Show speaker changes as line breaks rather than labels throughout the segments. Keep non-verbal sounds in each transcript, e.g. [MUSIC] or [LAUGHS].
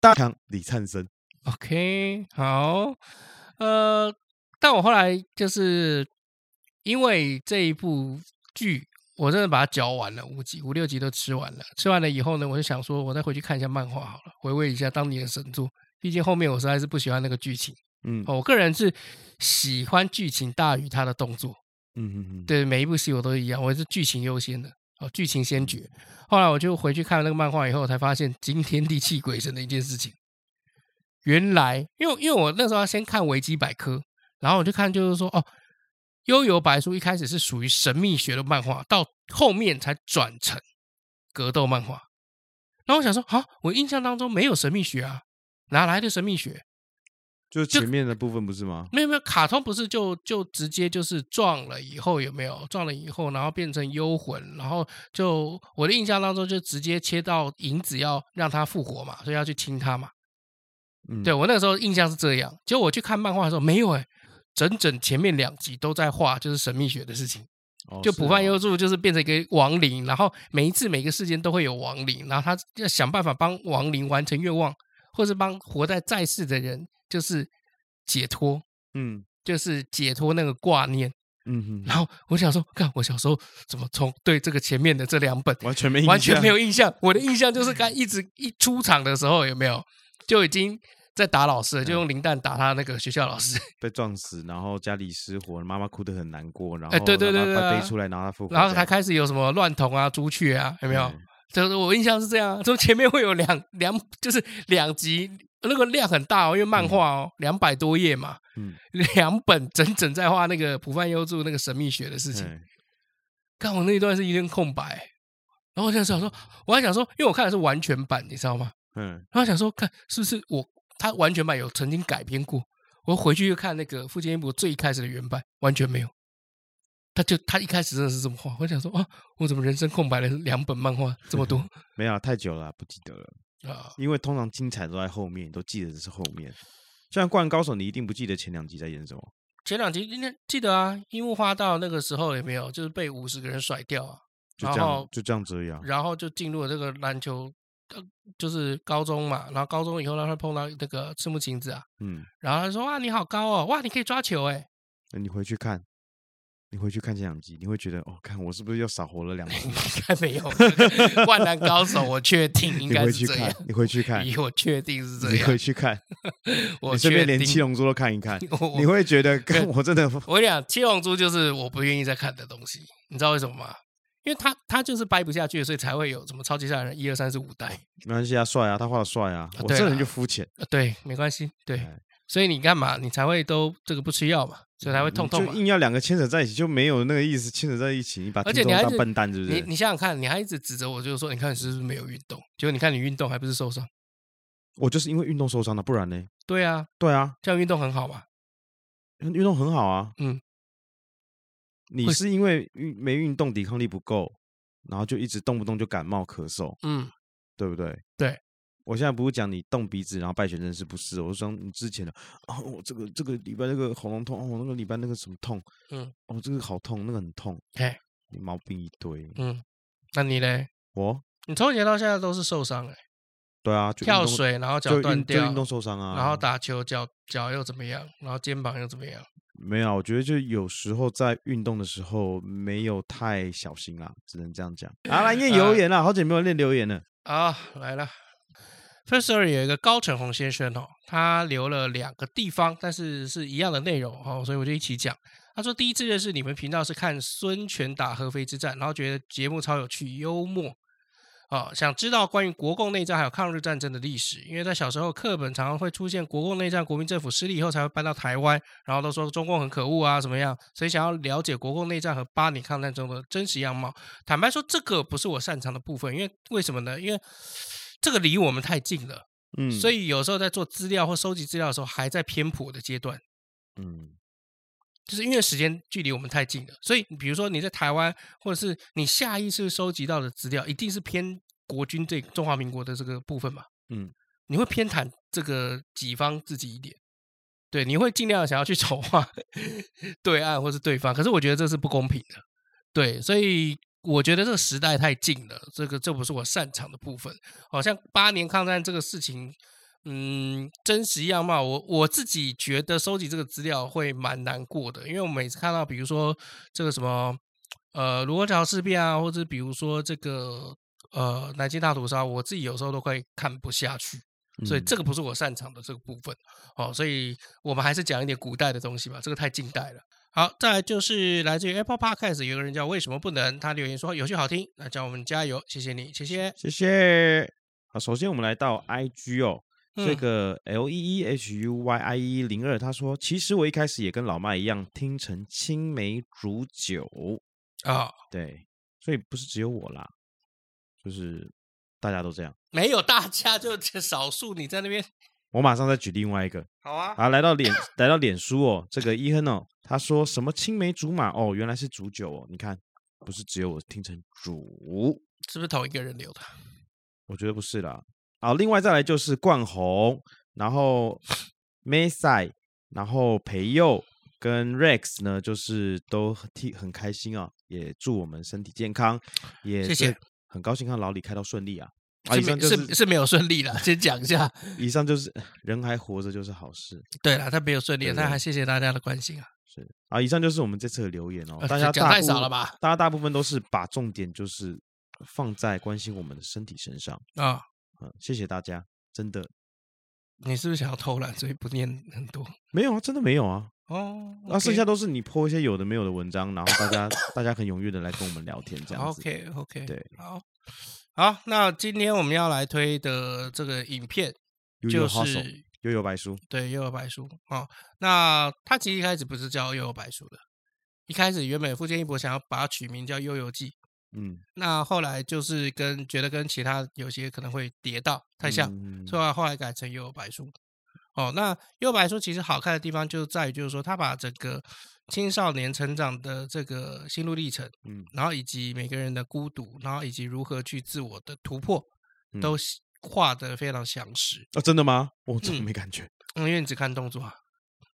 大强李灿森。
OK，好，呃，但我后来就是因为这一部剧，我真的把它嚼完了，五集五六集都吃完了。吃完了以后呢，我就想说，我再回去看一下漫画好了，回味一下当年的神作。毕竟后面我实在是不喜欢那个剧情，
嗯
哦，我个人是喜欢剧情大于它的动作。
嗯嗯嗯，，
对每一部戏我都一样，我是剧情优先的，哦，剧情先决。后来我就回去看了那个漫画以后，才发现惊天地泣鬼神的一件事情。原来，因为因为我那时候要先看维基百科，然后我就看就是说，哦，《幽游白书》一开始是属于神秘学的漫画，到后面才转成格斗漫画。然后我想说，啊，我印象当中没有神秘学啊，哪来的神秘学？
就是前面的部分不是吗？
没有没有，卡通不是就就直接就是撞了以后有没有撞了以后，然后变成幽魂，然后就我的印象当中就直接切到银子要让他复活嘛，所以要去亲他嘛。
嗯，
对我那时候印象是这样，结果我去看漫画的时候没有哎、整整前面两集都在画就是神秘学的事情，
哦，
就是浦饭
哦
优助就是变成一个亡灵，然后每一次每个事件都会有亡灵，然后他要想办法帮亡灵完成愿望，或是帮活在在世的人就是解脱。
嗯
就是解脱那个挂念。
嗯嗯，
然后我想说，看我小时候怎么从对这个前面的这两本
完全没印
[LAUGHS] 完全
象
没有印象，我的印象就是刚一直一出场的时候有没有就已经在打老师了，
嗯
就用林弹打他那个学校老师，
被撞死，然后家里失火，妈妈哭得很难过，然后
哎对对
让
对
她
对
把
啊
背出来，然后他复活这样，
然后他开始有什么乱捅啊、朱雀啊，有没有？
嗯
就是我印象是这样啊，从前面会有两两就是两集，那个量很大哦，因为漫画哦两百多页嘛，
嗯
两本整整在画那个浦饭优助那个神秘学的事情。
哎
看我那一段是一片空白、然后我就想说，我还想说，因为我看的是完全版，你知道吗？
嗯
然后想说，看是不是我他完全版有曾经改编过？我回去又看那个富坚义博最一开始的原版，完全没有。他就他一开始真的是这么画，我想说啊，我怎么人生空白了两本漫画这么多
没有啊太久了啊，不记得了。
[LAUGHS] 啊？
因为通常精彩都在后面，你都记得的是后面。像《灌篮高手》，你一定不记得前两集在演什么。
前两集应该记得啊，樱木花道那个时候有没有就是被五十个人甩掉啊？
就
然
这样
后，
就这样子而已啊。
然后就进入了这个篮球，呃，就是高中嘛。然后高中以后，呢，他碰到那个赤木晴子啊，
嗯，
然后他说：“哇，你好高哦，哇，你可以抓球哎。”
那你回去看，你回去看前两集，你会觉得哦，看我是不是又少活了两集？
[LAUGHS] [LAUGHS] 应该没有，灌篮高手我确定应
你
该
回
是
去
这样
看，，你回去看，
咦，我确定是这
你回
样，
去看，
我
你顺便
确
连《七
定。
龙珠》都看一看，
[LAUGHS] 我
你会觉得，看我真的
我跟你讲，七龙珠就是我不愿意再看的东西，你知道为什么吗？因为他他就是掰不下去，所以才会有什么超级赛亚人一二三四五
[LAUGHS]
代。
没关系啊，帅啊，他画的帅啊，我
对
这
啦
人就肤浅，
呃对，没关系，对
哎，
所以你干嘛，你才会都这个不吃药嘛，所以才会痛痛
你
嘛
嗯就。硬要两个牵扯在一起，就没有那个意思，牵扯在一起，你把
而
听
且
众
你还
当
是
笨蛋，是不
你
是？
你想想看，你还一直指责我，就是说，你看你是不是没有运动？结果你看你运动还不是受伤？
我就是因为运动受伤的，不然呢？
对啊，
对啊，
这样运动很好嘛。
运动很好啊。
嗯，
你
会
是因为运没运动，抵抗力不够，然后就一直动不动就感冒咳嗽，
嗯，
对不对？
对。
我现在不是讲你动鼻子然后败血症是不是？我是说你之前的啊，我、这个这个礼拜那个喉咙痛，哦，我那个礼拜那个什么痛，
嗯，
哦，这个好痛，那个很痛，
嘿，
你毛病一堆。
嗯，那你嘞？
我，
你从以前到现在都是受伤哎、
对啊，就运
跳
动
水然后脚
就
断
运就
掉
运，动受伤啊，
然后打球脚脚又怎么样，然后肩膀又怎么样？
没有啊，我觉得就有时候在运动的时候没有太小心啦，只能这样讲。啊，来
呃
念留言啦，好久没有念留言了。
啊，来了。First Story 有一个高成宏先生哦，他留了两个地方，但是是一样的内容哦，所以我就一起讲。他说第一次认识你们频道是看孙权打合肥之战，然后觉得节目超有趣、幽默。哦，想知道关于国共内战还有抗日战争的历史，因为在小时候课本常常会出现国共内战，国民政府失利以后才会搬到台湾，然后都说中共很可恶啊，怎么样？所以想要了解国共内战和八年抗战中的真实样貌。坦白说，这个不是我擅长的部分，因为为什么呢？因为这个离我们太近了，
嗯，
所
以
以有时候在做资料或收集资料的时候，还在偏颇的阶段，
嗯，
就是因为时间距离我们太近了。所以，比如说你在台湾，或者是你下意识收集到的资料，一定是偏国军这中华民国的这个部分嘛？
嗯，
你会偏袒这个己方自己一点。对，你会尽量想要去 [LAUGHS] 丑化对岸或是对方，可是我觉得这是不公平的。对，所以我觉得这个时代太近了，这个这不是我擅长的部分。好像八年抗战这个事情，嗯，真实样貌，我我自己觉得收集这个资料会蛮难过的，因为我每次看到，比如说这个什么，呃，卢沟桥事变啊，或者比如说这个呃南京大屠杀，我自己有时候都快看不下去，所以
嗯
这个不是我擅长的这个部分哦，所以我们还是讲一点古代的东西吧，这个太近代了。好，再来就是来自于 Apple Podcast 有个人叫为什么不能，他留言说有趣好听，那叫我们加油，谢谢你，谢谢。
谢谢。好，首先我们来到 IG 哦，这
嗯
个 L E E H U Y I E 零二，他说，其实我一开始也跟老麦一样，听成青梅煮酒，
啊、
对，所以不是只有我啦，就是大家都这样。
没有大家就少数你在那边
我马上再举另外一个
好啊
啊，来到脸来到脸书哦，这个伊亨哦，他说什么青梅竹马哦，原来是煮酒哦，你看不是只有我听成煮，
是不是同一个人留的？
我觉得不是啦。好，另外再来就是冠宏，然
[LAUGHS]
后 Maysai，然后培佑跟 Rex 呢，就是都很替很开心啊，也祝我们身体健康，也
谢谢
对，很高兴看老李开刀顺利啊。啊，
是
以上
没
就是
是没有顺利了， [LAUGHS] 先讲一下。
以上就是人还活着就是好事，
对了，他没有顺利，啊
对
他还谢谢大家的关心啊。
是啊。以上就是我们这次的留言哦，
呃
大家
讲
大
太
部
少了吧？
大家大部分都是把重点就是放在关心我们的身体身上，
啊、
嗯，谢谢大家，真的
你是不是想要偷懒，所以不念很多？
没有啊，真的没有啊，
哦，
然后剩下都是你泼一些有的没有的文章，然后大家大家很踊跃的来跟我们聊天，这样子。
OK OK，
对，
好。好，那今天我们要来推的这个影片
悠悠
就
好手，
是
悠悠白书，
对《幽游白书》哦。那它其实一开始不是叫《幽游白书》的，一开始原本富坚义博想要把它取名叫《幽游记》，
嗯，
那后来就是跟觉得跟其他有些可能会叠到太像，
嗯
所以后来改成《幽游白书》。哦，那《幽游白书》其实好看的地方就在于，就是说他把整个青少年成长的这个心路历程，
嗯，
然后以及每个人的孤独，然后以及如何去自我的突破，
嗯
都写画的非常详实。
啊，真的吗？我怎么
嗯
没感觉？
嗯，因为你只看动作啊，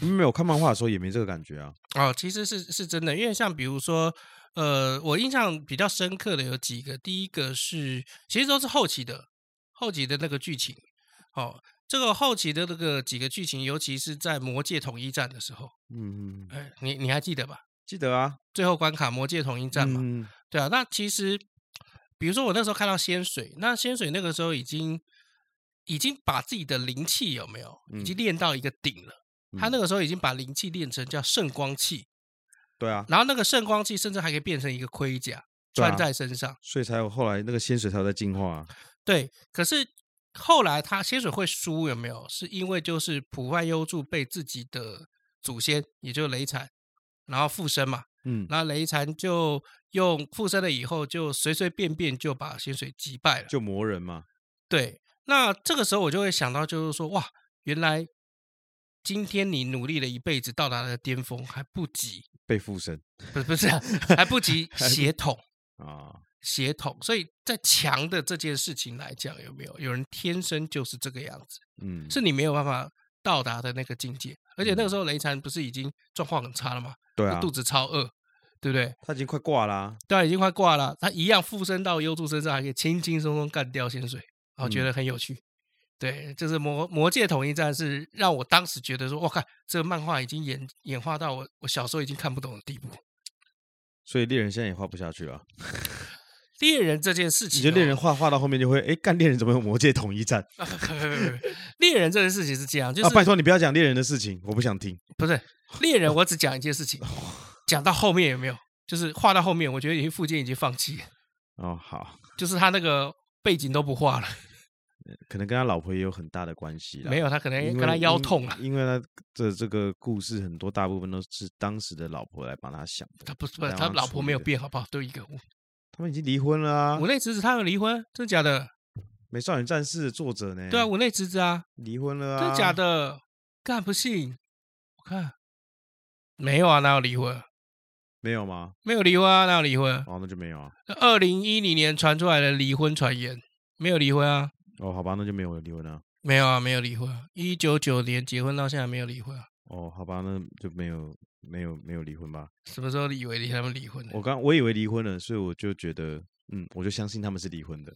没有看漫画的时候也没这个感觉啊。
哦，其实是是真的，因为像比如说，呃，我印象比较深刻的有几个，第一个是其实都是后期的后期的那个剧情，哦，这个后期的那个几个剧情，尤其是在魔界统一战的时候，
嗯，嗯嗯
哎，你你还记得吧？
记得啊，
最后关卡魔界统一战嘛，
嗯，
对啊，那其实比如说我那时候看到仙水，那仙水那个时候已经已经把自己的灵气有没有，已
嗯
经练到一个顶了。他
嗯
那个时候已经把灵气练成叫圣光气，
对啊，
然后那个圣光气甚至还可以变成一个盔甲
对啊
穿在身上。
所以才有后来那个仙水才有在进化啊。
对，可是后来他仙水会输有没有？是因为就是普外幽助被自己的祖先，也就是雷禅，然后附身嘛，
嗯，
那雷禅就用附身了以后，就随随便便就把仙水击败了。
就魔人嘛，
对，那这个时候我就会想到，就是说，哇，原来今天你努力了一辈子，到达了巅峰还不及，
被附身
不是不是啊、还不及血统
啊。
血统。所以在强的这件事情来讲，有没有有人天生就是这个样子，
嗯，
是你没有办法到达的那个境界。而且那个时候雷禅不是已经状况很差了吗？
对
就
啊
肚，子超饿，对不对？
他已经快挂啦。
当然已经快挂了，他一样附身到优助身上，还可以轻轻松松干掉仙水，然后觉
嗯
得很有趣。对，就是魔魔界统一战是让我当时觉得说，我靠，这个漫画已经演演化到我我小时候已经看不懂的地步。
所以猎人现在也画不下去了。
猎人这件事情、
你
哦，
觉得猎人画画到后面就会，哎，干猎人怎么有魔界统一战
啊？ [LAUGHS] 不不不不不猎人这件事情是这
[LAUGHS]
样，就
啊？
是、
拜托你不要讲猎人的事情，我不想听。[LAUGHS]
不是猎人，我只讲一件事情，讲到后面有没有？就是画到后面，我觉得已经附近已经放弃了，
哦，好。
就是他那个背景都不画了，
可能跟他老婆也有很大的关系啦。
没有，他可能
啊因为，
跟他腰
因
痛啊了。
因为他的这个故事很多大部分都是当时的老婆来帮他想的。
他不是不是，
然
他
后
老
处
婆
理
没有
的
变，好不好？都一个屋。
他们已经离婚了啊，
五
《
内侄子他有离婚，真的假的？
美少女战士》的作者呢？
对啊，五内侄子啊，
离婚嗯了啊，
真的假？的？干不信？我看没有啊，哪有离婚？
没有吗？
没有离婚啊，哪有离婚？
哦，那就没有啊。
二零一零年传出来的离婚传言，没有离婚啊，
哦，好吧，那就没有离婚啊。
没有啊，没有离婚啊。一九九年结婚到现在没有离婚啊，
哦，好吧，那就没有没有没有离婚吧。
什么时候以为他们离婚的
我？刚我以为离婚了，所以我就觉得嗯，我就相信他们是离婚的。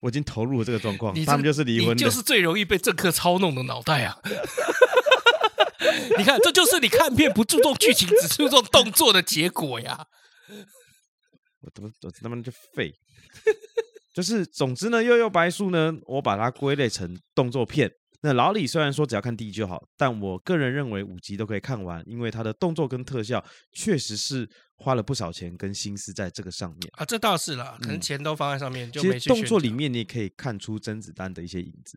我已经投入了这个状况
你，这
他们
个
就是离婚
你
的。
就是最容易被政客操弄的脑袋啊！ [LAUGHS] 你看，这就是你看片不注重剧情，只注重动作的结果呀。
我他妈我他妈就废。 [LAUGHS] 就是总之呢，《幼幼白书》呢，我把它归类成动作片。那老李虽然说只要看第一就好，但我个人认为五集都可以看完，因为它的动作跟特效确实是花了不少钱跟心思在这个上面。
啊，这倒是啦，可能
嗯
钱都放在上面，就
其
没
实
去
动
宣
作里
传
面你也可以看出甄子丹的一些影子，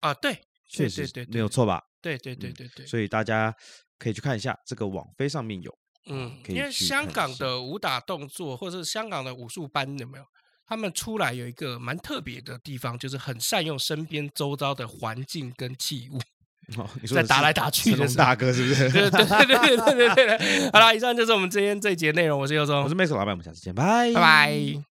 啊，对，
确
对
实
对
是
对
没有错吧？
对对对
嗯
对对，
所以大家可以去看一下，这个网飞上面有。 [LAUGHS]
嗯，
可以
因为
去
香
看一
港
下
的武打动作或者是香港的武术班有没有？他们出来有一个蛮特别的地方，就是很善用身边周遭的环境跟器物，
哦，你说
在
的
打
是
来打去
成
的
龙
时候。
大哥是不是？
对对对对对对对对。好啦，以上就是我们今天这一节内容，我是
[LAUGHS]
佑
我
宗
是，Max 老板，我们下次见，拜
拜拜。